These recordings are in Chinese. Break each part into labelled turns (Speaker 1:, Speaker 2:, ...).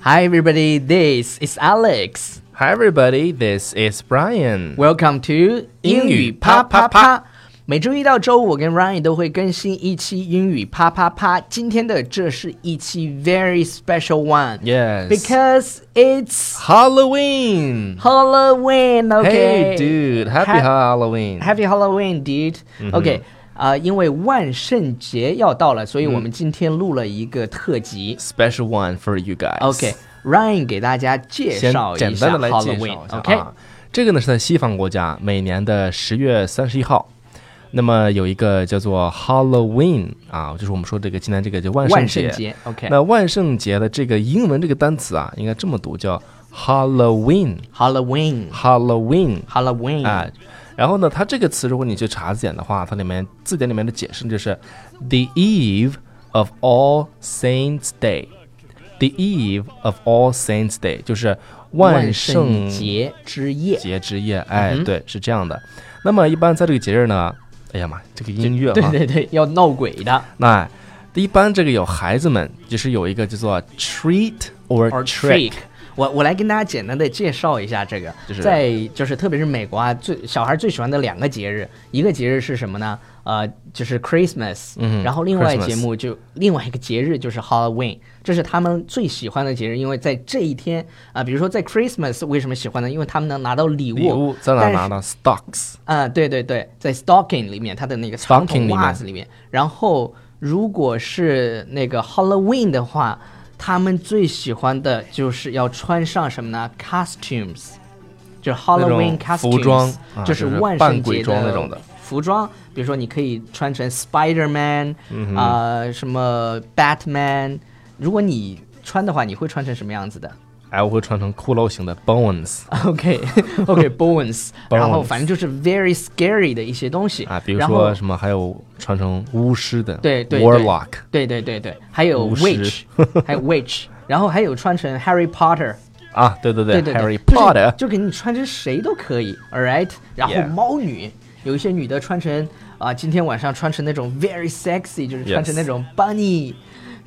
Speaker 1: Hi, everybody. This is Alex.
Speaker 2: Hi, everybody. This is Brian.
Speaker 1: Welcome to
Speaker 2: 英
Speaker 1: 英
Speaker 2: 语
Speaker 1: 语
Speaker 2: 啪
Speaker 1: 啪啪
Speaker 2: 啪啪
Speaker 1: 啪。每周一到周五，我跟 Ryan 都会更新一期英语啪啪啪。今天的这是一期 very special one。
Speaker 2: Yes.
Speaker 1: Because it's
Speaker 2: Halloween.
Speaker 1: Halloween.
Speaker 2: Hey,
Speaker 1: Okay.
Speaker 2: dude. Mm-hmm. Happy
Speaker 1: Ha-
Speaker 2: Halloween.
Speaker 1: Happy Halloween, dude. OK，、啊，因为万圣节要到了，所以我们今天录了一个特辑。
Speaker 2: Special one for you guys.
Speaker 1: OK。Ryan 给大家介
Speaker 2: 先
Speaker 1: 绍
Speaker 2: 简
Speaker 1: 一
Speaker 2: 单
Speaker 1: 下
Speaker 2: 的来介绍
Speaker 1: Halloween
Speaker 2: 一。下
Speaker 1: OK，
Speaker 2: 啊，这个呢是在西方国家每年的十月三十一号，那么有一个叫做 Halloween 啊，就是我们说这个今年这个叫万
Speaker 1: 万
Speaker 2: 节。
Speaker 1: 圣节。OK，
Speaker 2: 那万圣节的这个英文这个单词啊，应该这么读，叫 Halloween。
Speaker 1: Halloween。
Speaker 2: Halloween。
Speaker 1: Halloween
Speaker 2: 啊，然后呢，它这个词如果你去查字典的话，它里面字典里面的解释就是 the eve of All Saints Day，the eve of All Saints Day 就是万
Speaker 1: 万
Speaker 2: 圣
Speaker 1: 圣节之夜，
Speaker 2: 节之夜，
Speaker 1: 嗯
Speaker 2: 哎，对，是这样的。那么一般在这个节日呢，哎呀妈，这个音乐
Speaker 1: 对
Speaker 2: 哈，
Speaker 1: 对 对，要闹鬼的
Speaker 2: 那一般这个有孩子们就是有一个叫做 treat or
Speaker 1: or
Speaker 2: trick，
Speaker 1: trick。我我来跟大家简单的介绍一下这个，
Speaker 2: 就是
Speaker 1: 在就是特别是美国啊，最小孩最喜欢的两个节日，一个节日是什么呢？呃，就是 Christmas，、
Speaker 2: 嗯
Speaker 1: 然后另外
Speaker 2: Christmas
Speaker 1: 节目就另外一个节日就是 Halloween，这是他们最喜欢的节日，因为在这一天啊、比如说在 Christmas 为什么喜欢呢？因为他们能拿到礼物，
Speaker 2: 礼物在哪
Speaker 1: 但是
Speaker 2: 拿到 stocks，
Speaker 1: 啊、对对对，在 stocking 里面，它的那个长
Speaker 2: Stocking 里
Speaker 1: 筒
Speaker 2: 面
Speaker 1: 袜子里面。然后，如果是那个 Halloween 的话，他们最喜欢的就是要穿上什么呢？costumes，就是
Speaker 2: 那种
Speaker 1: Halloween
Speaker 2: 服装
Speaker 1: costumes，、
Speaker 2: 啊
Speaker 1: 就
Speaker 2: 就是
Speaker 1: 万
Speaker 2: 扮
Speaker 1: 圣
Speaker 2: 鬼
Speaker 1: 节
Speaker 2: 装那种的
Speaker 1: 服装。比如说，你可以穿成 Spider Man，啊、
Speaker 2: 嗯
Speaker 1: 什么 Batman。如果你穿的话，你会穿成什么样子的？
Speaker 2: 哎，我会穿成骷髅型的 bones。
Speaker 1: OK OK Bones，然后反正就是 very scary 的一些东西
Speaker 2: 啊，比如
Speaker 1: 然
Speaker 2: 说
Speaker 1: 后
Speaker 2: 什么，还有传承巫师的，
Speaker 1: 对对对
Speaker 2: warlock，
Speaker 1: 对对对对，还有
Speaker 2: 巫师
Speaker 1: witch，还有 witch，然后还有穿成 Harry Potter，
Speaker 2: 啊，对对对
Speaker 1: 对对对
Speaker 2: h a r r y Potter，
Speaker 1: 就是就给你穿成谁都可以，all right。然后
Speaker 2: Yeah
Speaker 1: 猫女，有一些女的穿成啊、今天晚上穿成那种 very sexy，就是穿成
Speaker 2: Yes
Speaker 1: 那种 bunny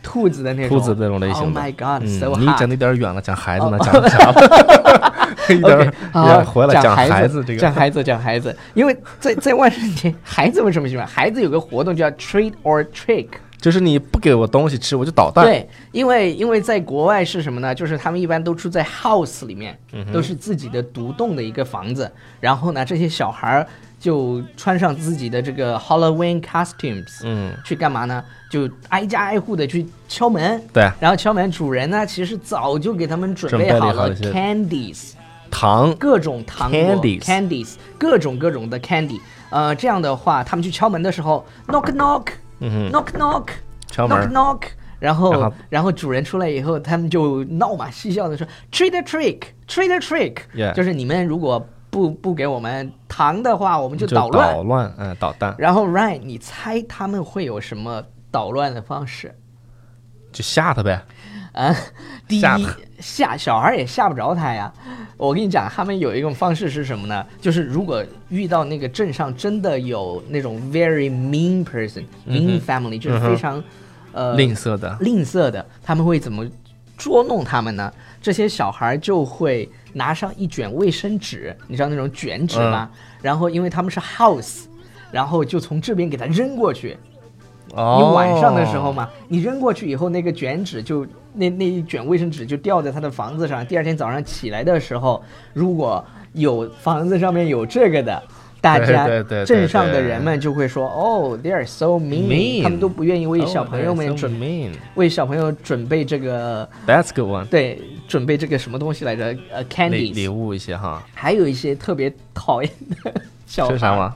Speaker 1: 兔子的那种
Speaker 2: 兔子那种类型
Speaker 1: Oh
Speaker 2: 的。
Speaker 1: my God，so
Speaker 2: 嗯
Speaker 1: hot！哦
Speaker 2: 你讲的有点远了，讲孩子呢，讲不 讲了？有点
Speaker 1: OK，
Speaker 2: 有
Speaker 1: 好，
Speaker 2: 点回来
Speaker 1: 讲
Speaker 2: 孩
Speaker 1: 子
Speaker 2: 子这
Speaker 1: 讲
Speaker 2: 个，
Speaker 1: 孩子，讲孩子，因为在在万圣节，孩子为什么喜欢？孩子有个活动叫 treat or trick。
Speaker 2: 就是你不给我东西吃，我就捣蛋。
Speaker 1: 对，因为因为在国外是什么呢？就是他们一般都住在 house 里面，
Speaker 2: 嗯
Speaker 1: 都是自己的独栋的一个房子。然后呢，这些小孩儿就穿上自己的这个 Halloween costumes，
Speaker 2: 嗯，
Speaker 1: 去干嘛呢？就挨家挨户的去敲门。
Speaker 2: 对
Speaker 1: 然后敲门，主人呢其实早就给他们准
Speaker 2: 准备
Speaker 1: 备
Speaker 2: 了
Speaker 1: 好
Speaker 2: 好
Speaker 1: 了
Speaker 2: 一些
Speaker 1: candies。
Speaker 2: 糖
Speaker 1: 各种糖果
Speaker 2: Candies
Speaker 1: candies 各种各种的 candy。呃，这样的话，他们去敲门的时候，knock knock，knock、knock knock，
Speaker 2: 嗯敲门
Speaker 1: knock knock，然后
Speaker 2: 然后
Speaker 1: 然后主人出来以后，他们就闹嘛嬉笑的说，trick or trick，trick or trick，、
Speaker 2: Yeah
Speaker 1: 就是你们如果不不给我们糖的话，我们就
Speaker 2: 就
Speaker 1: 捣乱。
Speaker 2: 捣乱，嗯，捣蛋，
Speaker 1: 然后 Ryan，你猜他们会有什么捣乱的方式？
Speaker 2: 就吓他呗。
Speaker 1: 啊，第一
Speaker 2: 吓他
Speaker 1: 吓小孩儿也吓不着他呀。我跟你讲，他们有一种方式是什么呢？就是如果遇到那个镇上真的有那种 very mean person、mean
Speaker 2: 嗯
Speaker 1: family，就是非常、呃
Speaker 2: 吝啬的，
Speaker 1: 吝啬的，他们会怎么捉弄他们呢？这些小孩儿就会拿上一卷卫生纸，你知道那种卷纸吗？
Speaker 2: 嗯
Speaker 1: 然后因为他们是 house，然后就从这边给他扔过去，你
Speaker 2: 哦，
Speaker 1: 晚上的时候嘛，你扔过去以后，那个卷纸就那那一卷卫生纸就掉在他的房子上。第二天早上起来的时候，如果有房子上面有这个的，大家
Speaker 2: 对对对对
Speaker 1: 镇上的
Speaker 2: 对
Speaker 1: 人们就会说：“哦，they are so mean，,
Speaker 2: Mean
Speaker 1: 他们都不愿意为
Speaker 2: 哦
Speaker 1: 小朋友们
Speaker 2: that's so
Speaker 1: 准、
Speaker 2: mean
Speaker 1: 为小朋友准备这个
Speaker 2: that's good one，
Speaker 1: 对准备这个什么东西来着？呃
Speaker 2: 礼礼
Speaker 1: ，candies，
Speaker 2: 物一些哈，
Speaker 1: 还有一些特别讨厌的小
Speaker 2: 是啥
Speaker 1: 孩儿
Speaker 2: 吗？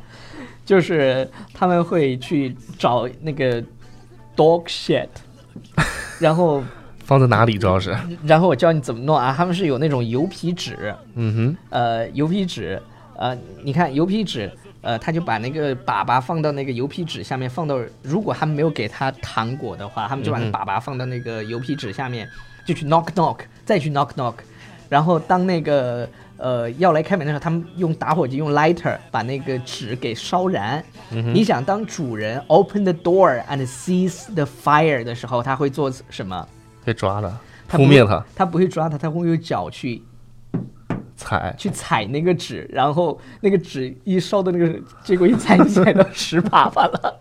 Speaker 1: 就是他们会去找那个 dog shit，然后
Speaker 2: 放在哪里主要是？
Speaker 1: 然后我教你怎么弄啊。他们是有那种油皮纸，
Speaker 2: 嗯
Speaker 1: 呃，油皮纸，呃，你看油皮纸，呃，他就把那个粑粑放到那个油皮纸下面，放到如果他们没有给他糖果的话，他们就
Speaker 2: 嗯
Speaker 1: 把那粑粑放到那个油皮纸下面，就去 knock knock，再去 knock knock，然后当那个呃要来开门的时候，他们用打火机用 lighter 把那个纸给烧燃。
Speaker 2: 嗯
Speaker 1: 你想，当主人 open the door and sees the fire 的时候，他会做什么？
Speaker 2: 哼，被抓了，
Speaker 1: 它不会
Speaker 2: 扑灭它，
Speaker 1: 它不会抓它，它会用脚去
Speaker 2: 踩
Speaker 1: 去踩那个纸，然后那个纸一烧的那个，结果一踩一踩到屎粑粑 了。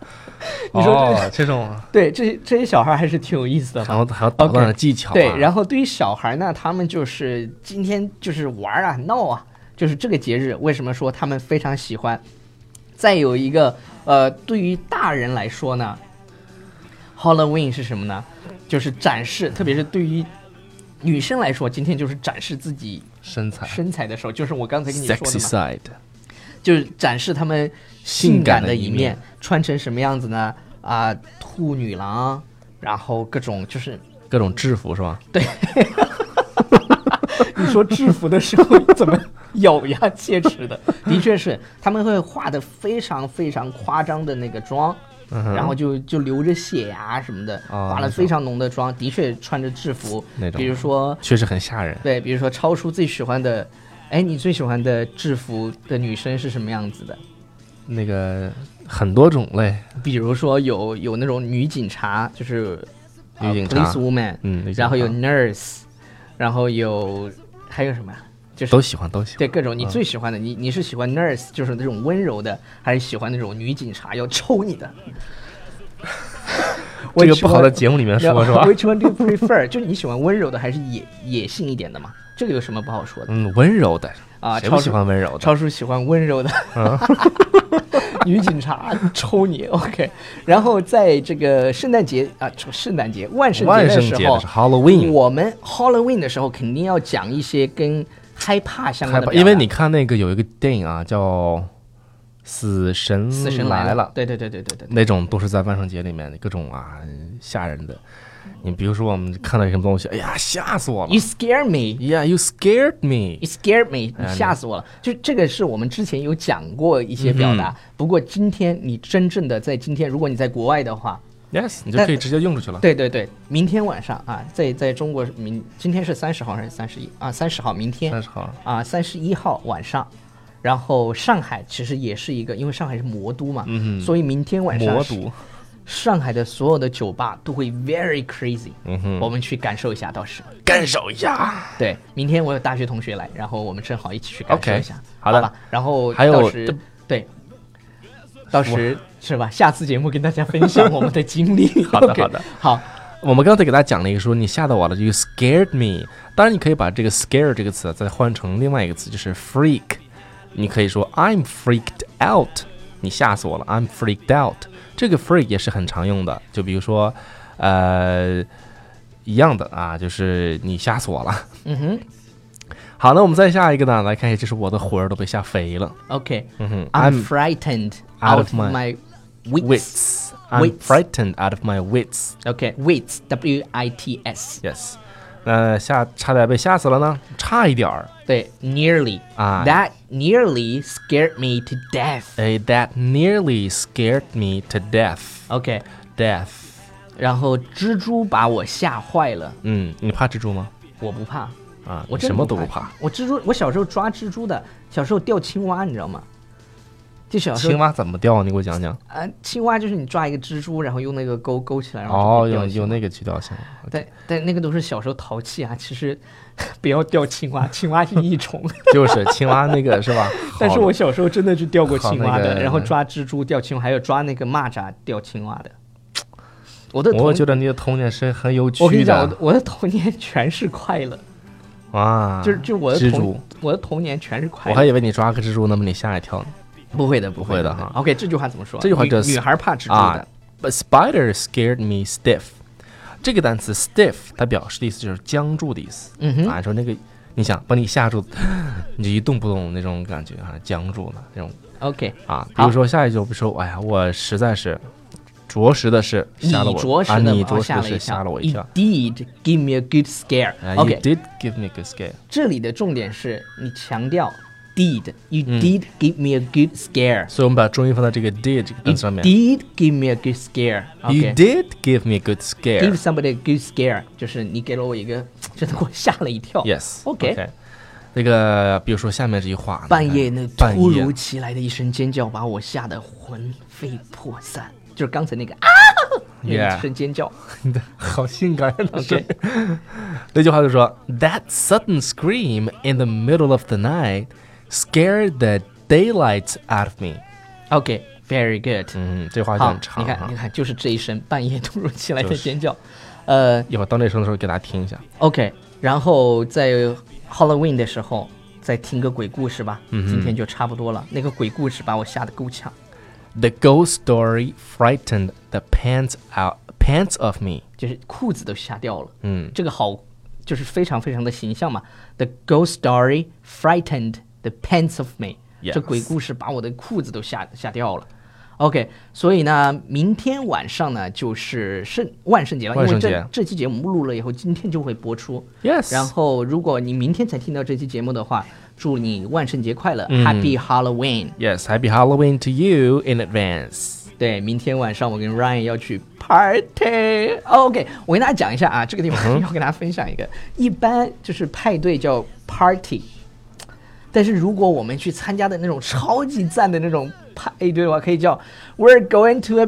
Speaker 1: 你说这个、
Speaker 2: 哦这种，
Speaker 1: 对，这些这些小孩还是挺有意思的
Speaker 2: 然
Speaker 1: 嘛。
Speaker 2: 后还有捣乱的技巧啊，
Speaker 1: 对，然后对于小孩呢，他们就是今天就是玩儿啊、闹啊，就是这个节日，为什么说他们非常喜欢？再有一个，呃，对于大人来说呢，Halloween 是什么呢？就是展示，特别是对于女生来说，今天就是展示自己
Speaker 2: 身材
Speaker 1: 身材的时候，就是我刚才跟你说的嘛
Speaker 2: ，sexy side，
Speaker 1: 就是展示他们性感的一面，穿成什么样子呢？啊、兔女郎，然后各种就是，
Speaker 2: 各种制服是吧？
Speaker 1: 你说制服的时候怎么咬牙切齿 的？的确是，他们会画的非常非常夸张的那个妆，
Speaker 2: 嗯哼
Speaker 1: 然后就就流着血呀、什么的，
Speaker 2: 啊
Speaker 1: 化了非常浓的妆，的确穿着制服
Speaker 2: 那，种
Speaker 1: 比如说
Speaker 2: 确实很吓人。
Speaker 1: 对，比如说超叔最喜欢的，哎，你最喜欢的制服的女生是什么样子的？
Speaker 2: 那个很多种类，
Speaker 1: 比如说有有那种女警察，就是
Speaker 2: 女警察
Speaker 1: p o l i c e woman，
Speaker 2: 嗯，
Speaker 1: 然后有
Speaker 2: 啊
Speaker 1: nurse，然后有还有什么呀？就是
Speaker 2: 都喜欢都喜欢，
Speaker 1: 对各种你最喜欢的，你你是喜欢 nurse，就是那种温柔的，还是喜欢那种女警察要抽你的？
Speaker 2: 这个
Speaker 1: Which
Speaker 2: 不好在
Speaker 1: one-
Speaker 2: 节目里面说是吧？
Speaker 1: ？Which one do you prefer？就是你喜欢温柔的还是野野性一点的嘛？这个有什么不好说的
Speaker 2: 嗯，温柔的
Speaker 1: 啊？
Speaker 2: 谁不
Speaker 1: 超
Speaker 2: 喜
Speaker 1: 叔
Speaker 2: 欢温柔的？嗯
Speaker 1: 超叔喜欢温柔的、 女警察抽你，OK。然后在这个圣诞节啊，圣诞节、万圣
Speaker 2: 万
Speaker 1: 节的
Speaker 2: 圣
Speaker 1: 时
Speaker 2: 节
Speaker 1: 候
Speaker 2: 的是 Halloween，
Speaker 1: 我们 Halloween 的时候肯定要讲一些跟害怕相
Speaker 2: 害
Speaker 1: 关的
Speaker 2: 怕，
Speaker 1: 表达，
Speaker 2: 因为你看那个有一个电影啊，叫《死神
Speaker 1: 死神
Speaker 2: 嗯来
Speaker 1: 来
Speaker 2: 了》，
Speaker 1: 对对对对对对对，
Speaker 2: 那种都是在万圣节里面各种啊吓人的。你比如说我们看到什么东西，哎呀吓死我了
Speaker 1: You scare me。
Speaker 2: ，Yeah you scared me，
Speaker 1: You scared me！
Speaker 2: 哎呀
Speaker 1: 你吓死我了。就这个是我们之前有讲过一
Speaker 2: 嗯
Speaker 1: 些表达，不过今天你真正的在今天，如果你在国外的话，
Speaker 2: Yes，你就可以直接用出去了。
Speaker 1: 对对对，明天晚上啊，在在中国是明今天是三十号还是三十一啊？三十号，明天
Speaker 2: 三十号，
Speaker 1: 啊，三十一号晚上。然后上海其实也是一个，因为上海是魔都嘛，
Speaker 2: 嗯哼
Speaker 1: 所以明天晚上
Speaker 2: 魔
Speaker 1: 是
Speaker 2: 都，
Speaker 1: 上海的所有的酒吧都会 very crazy，、
Speaker 2: 嗯哼，
Speaker 1: 我们去感受一下，到时
Speaker 2: 干手一下。
Speaker 1: 对，明天我有大学同学来，然后我们正好一起去感受
Speaker 2: OK，
Speaker 1: 一下
Speaker 2: 好的
Speaker 1: 吧？然后
Speaker 2: 还有
Speaker 1: 到时
Speaker 2: 这
Speaker 1: 对，到时是吧？下次节目跟大家分享我们的经历。
Speaker 2: 好的
Speaker 1: OK，
Speaker 2: 好的
Speaker 1: 好，
Speaker 2: 我们刚才给大家讲了一个说你吓到我了，You scared me。当然，你可以把这个 scare 这个词啊再换成另外一个词，就是 freak。你可以说 I'm freaked out，你吓死我了，I'm freaked out。这个 freak 也是很常用的，就比如说，呃，一样的啊，就是你吓死我了。
Speaker 1: 嗯哼
Speaker 2: 好，那我们再下一个呢，来看一下，就是我的魂儿都被吓飞了。
Speaker 1: ，OK，
Speaker 2: 嗯哼
Speaker 1: I'm
Speaker 2: ，I'm
Speaker 1: frightened
Speaker 2: out
Speaker 1: out
Speaker 2: of
Speaker 1: of
Speaker 2: my
Speaker 1: my wits.
Speaker 2: wits。I'm
Speaker 1: Wits.
Speaker 2: frightened out of my wits.
Speaker 1: OK, wits, W I T S.
Speaker 2: Yes，那吓差点被吓死了呢，差一点儿。
Speaker 1: 对，nearly
Speaker 2: 啊
Speaker 1: that nearly scared me to death.
Speaker 2: 哎，That nearly scared me to death.
Speaker 1: OK，
Speaker 2: Death，
Speaker 1: 然后蜘蛛把我吓坏了，
Speaker 2: 嗯，你怕蜘蛛吗？
Speaker 1: 我不怕，
Speaker 2: 啊，
Speaker 1: 我
Speaker 2: 你
Speaker 1: 真
Speaker 2: 什
Speaker 1: 的
Speaker 2: 么都不怕。。
Speaker 1: 我蜘蛛，我小时候抓蜘蛛的，小时候钓青蛙，你知道吗？就小时候
Speaker 2: 青蛙怎么钓？你给我讲讲。
Speaker 1: 啊、青蛙就是你抓一个蜘蛛，然后用那个钩钩起来，然后
Speaker 2: 哦，
Speaker 1: 就可以钓
Speaker 2: 有
Speaker 1: 起来
Speaker 2: 有那个去钓青蛙。
Speaker 1: 但但那个都是小时候淘气啊，其实 不要钓青蛙，青蛙是益虫。
Speaker 2: 就是青蛙那个是吧？
Speaker 1: 但是我
Speaker 2: 好
Speaker 1: 小时候真的去钓过青蛙
Speaker 2: 好
Speaker 1: 的，
Speaker 2: 那个
Speaker 1: 然后抓蜘蛛钓青蛙，还有抓那个蚂蚱钓青蛙的。我的童，
Speaker 2: 我觉得你的童年是很有
Speaker 1: 我跟
Speaker 2: 趣
Speaker 1: 你讲，我的
Speaker 2: 的。
Speaker 1: 我的童年全是快乐，
Speaker 2: 哇，
Speaker 1: 就是就是我的
Speaker 2: 蜘
Speaker 1: 童
Speaker 2: 蛛，
Speaker 1: 我的童年全是快
Speaker 2: 啊我
Speaker 1: 乐。
Speaker 2: 还以为你抓个蜘蛛能把你吓一跳呢。
Speaker 1: 不会的，不
Speaker 2: 会的哈
Speaker 1: OK，这句话怎么说？
Speaker 2: 这句话
Speaker 1: 女
Speaker 2: 就是
Speaker 1: 女孩怕蜘蛛
Speaker 2: 啊
Speaker 1: 的。
Speaker 2: ，But spider scared me stiff。这个单词 stiff 它表示的意思就是僵住的意思。
Speaker 1: 嗯哼
Speaker 2: 啊，说那个你想把你吓住， 你就一动不动那种感觉啊，僵住了那种
Speaker 1: OK，
Speaker 2: 啊。比
Speaker 1: 好
Speaker 2: 如说下一句，我不说，哎呀，我实在是，着实的是吓了
Speaker 1: 你
Speaker 2: 我，
Speaker 1: 着实
Speaker 2: 啊，
Speaker 1: 的
Speaker 2: 你
Speaker 1: 把我吓
Speaker 2: 着实的
Speaker 1: 了
Speaker 2: 是
Speaker 1: 一
Speaker 2: 吓
Speaker 1: 跳嗯
Speaker 2: 了我一跳。
Speaker 1: Indeed, give me a good scare.
Speaker 2: 啊
Speaker 1: OK，
Speaker 2: You did give me a good scare。
Speaker 1: 这里的重点是你强调 did. You
Speaker 2: 嗯
Speaker 1: did give me a good scare.
Speaker 2: 所以我们把重音放在这个 did 这个
Speaker 1: You
Speaker 2: 单词上面。
Speaker 1: did give me a good scare.
Speaker 2: You
Speaker 1: OK.
Speaker 2: did give me a good
Speaker 1: Give
Speaker 2: scare.
Speaker 1: somebody a good scare，就是你给了我一个，真的给我吓了一跳。
Speaker 2: Yes.
Speaker 1: OK。
Speaker 2: 那个，比如说下面这句话，你
Speaker 1: 半
Speaker 2: 看
Speaker 1: 夜那
Speaker 2: 半
Speaker 1: 突
Speaker 2: 夜
Speaker 1: 如其来的一声尖叫，把我吓得魂飞魄散。就是刚才那个啊，用
Speaker 2: Yeah
Speaker 1: 声尖叫。
Speaker 2: 好性感呀！老师
Speaker 1: OK，
Speaker 2: 那句话就说：“That sudden scream in the middle of the night scared the daylight out of me。
Speaker 1: OK，very、good。”
Speaker 2: 嗯，这话就
Speaker 1: 好
Speaker 2: 很，长
Speaker 1: 你看，
Speaker 2: 啊
Speaker 1: 你。看，就是这一声半夜突如其来的
Speaker 2: 就是
Speaker 1: 尖叫，呃
Speaker 2: 一会儿到那声的时候给大家听一下。
Speaker 1: ，OK，然后在 Halloween 的时候再听个鬼故事吧，
Speaker 2: 嗯
Speaker 1: 今天就差不多了。那个鬼故事把我吓得够呛，
Speaker 2: The ghost story frightened the pants out pants of me。
Speaker 1: 就是裤子都吓掉了。
Speaker 2: 嗯
Speaker 1: 这个好，就是非常非常的形象嘛。The ghost story frightened the pants of me，、
Speaker 2: Yes
Speaker 1: 这鬼故事把我的裤子都吓吓掉了。OK，所以呢，明天晚上呢就是圣万圣节了，
Speaker 2: 万圣节
Speaker 1: 因为这这期节目录了以后，今天就会播出。
Speaker 2: ，Yes。
Speaker 1: 然后，如果你明天才听到这期节目的话，祝你万圣节快乐、h
Speaker 2: 嗯
Speaker 1: a p p y Halloween！
Speaker 2: Yes, happy Halloween to you in advance.
Speaker 1: 对，明天晚上我跟 Ryan 要去 party。OK，我跟大家讲一下啊，这个地方要跟大家分享一个，一般就是派对叫 party，但是如果我们去参加的那种超级赞的那种派对的话，可以叫 We're going to a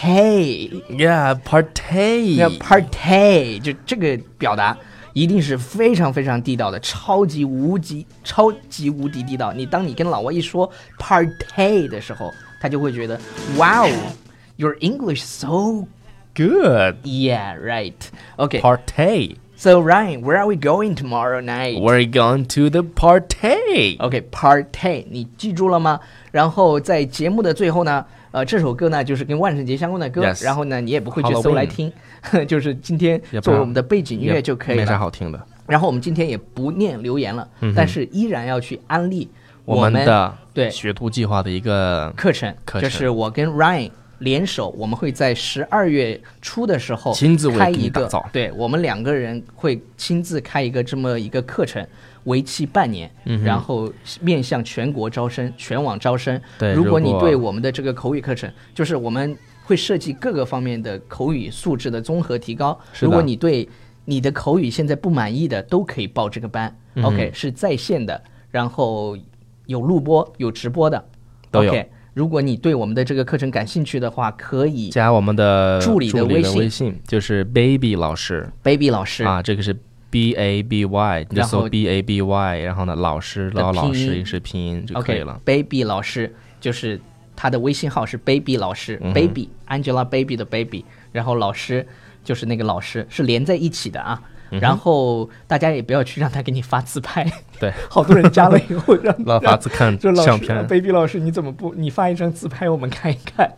Speaker 1: party，
Speaker 2: Yeah, party.
Speaker 1: 要 party，就这个表达。一定是非常非常地道的，超级无极、超级无敌地道。你当你跟老外一说 party 的时候，他就会觉得 Wow，your English so
Speaker 2: Good.
Speaker 1: Yeah, right. Okay.
Speaker 2: Party.
Speaker 1: so Ryan, where are we going tomorrow night?
Speaker 2: We're going to the party.
Speaker 1: OK, party，你记住了吗？然后在节目的最后呢，呃，这首歌呢就是跟万圣节相关的歌
Speaker 2: Yes
Speaker 1: 然后呢你也不会去搜
Speaker 2: Halloween
Speaker 1: 来听， 就是今天
Speaker 2: 也不
Speaker 1: 作为
Speaker 2: 要
Speaker 1: 我们的背景音乐就可以
Speaker 2: 没啥
Speaker 1: 了。
Speaker 2: 好听的。
Speaker 1: 然后我们今天也不念留言了，但是依然要去安利
Speaker 2: 嗯我
Speaker 1: 们
Speaker 2: 的
Speaker 1: 对
Speaker 2: 学徒计划的一个
Speaker 1: 课程，
Speaker 2: 嗯课
Speaker 1: 就
Speaker 2: 程
Speaker 1: 是我跟 Ryan 联手，我们会在十二月初的时候
Speaker 2: 亲自为
Speaker 1: 开
Speaker 2: 你
Speaker 1: 一
Speaker 2: 打
Speaker 1: 个
Speaker 2: 造，
Speaker 1: 对我们两个人会亲自开一个这么一个课程，为期半年，
Speaker 2: 嗯
Speaker 1: 然后面向全国招生，全网招生。
Speaker 2: 对
Speaker 1: 如
Speaker 2: 如
Speaker 1: 果你
Speaker 2: 果
Speaker 1: 对我们的这个口语课程，就是我们会设计各个方面的口语素质的综合提高。
Speaker 2: 是的
Speaker 1: 如果你对你的口语现在不满意的，都可以报这个班。OK，是
Speaker 2: 嗯
Speaker 1: 在线的，然后有录播、有直播的，
Speaker 2: 都有
Speaker 1: OK，如果你对我们的这个课程感兴趣的话，可以加
Speaker 2: 加我们的
Speaker 1: 助理的微信
Speaker 2: 微信，就是 Baby 老师
Speaker 1: Baby 老师
Speaker 2: 啊，这个是 B A B Y，你就
Speaker 1: 然后
Speaker 2: 搜 B A B Y，然后呢，老师
Speaker 1: 的
Speaker 2: 然后老
Speaker 1: 拼
Speaker 2: 师
Speaker 1: 音
Speaker 2: 也是拼音就可以了。
Speaker 1: ，OK，Baby 老师就是他的微信号是 Baby 老师、b
Speaker 2: 嗯
Speaker 1: a b y Angela Baby 的 Baby，然后老师就是那个老师是连在一起的啊。
Speaker 2: 嗯
Speaker 1: 然后大家也不要去让他给你发自拍，
Speaker 2: 对，
Speaker 1: 好多人加了以后 让
Speaker 2: 老法子 看
Speaker 1: 就老
Speaker 2: 相
Speaker 1: 师啊
Speaker 2: 片。
Speaker 1: ，baby 老师，你怎么不你发一张自拍我们看一看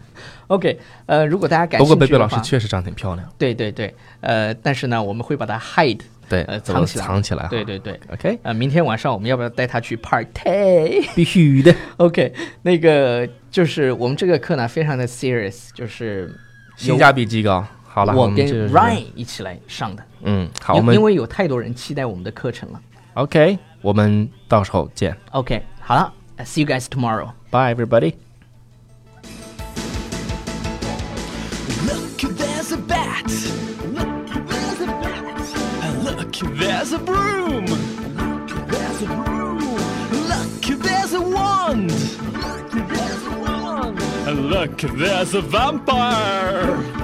Speaker 1: ？OK，呃，如果大家感
Speaker 2: 不过
Speaker 1: 兴趣
Speaker 2: Baby
Speaker 1: 的
Speaker 2: 老师
Speaker 1: 话，
Speaker 2: 确实长得挺漂亮。
Speaker 1: 对对对，呃，但是呢，我们会把它 hide，
Speaker 2: 对
Speaker 1: 呃，
Speaker 2: 怎么
Speaker 1: 藏起来，
Speaker 2: 藏起来哈
Speaker 1: 对对对，
Speaker 2: OK，
Speaker 1: 呃，明天晚上我们要不要带他去 party？OK，、
Speaker 2: 必须的。
Speaker 1: 那个就是我们这个课呢，非常的 serious，就是
Speaker 2: 性价比极高。好了，
Speaker 1: 我
Speaker 2: 们
Speaker 1: 跟
Speaker 2: 这个是
Speaker 1: Ryan 一起来上的，
Speaker 2: 嗯，好，我
Speaker 1: 因
Speaker 2: 们
Speaker 1: 因为有太多人期待我们的课程了。
Speaker 2: OK，我们到时候见
Speaker 1: OK，好了，I，see you guys tomorrow。
Speaker 2: ，Bye everybody。
Speaker 3: Look, there's a bat. Look, there's a bat. Look, there's a broom. Look, there's a broom. Look, there's a wand. Look, there's a wand. Look, there's a vampire.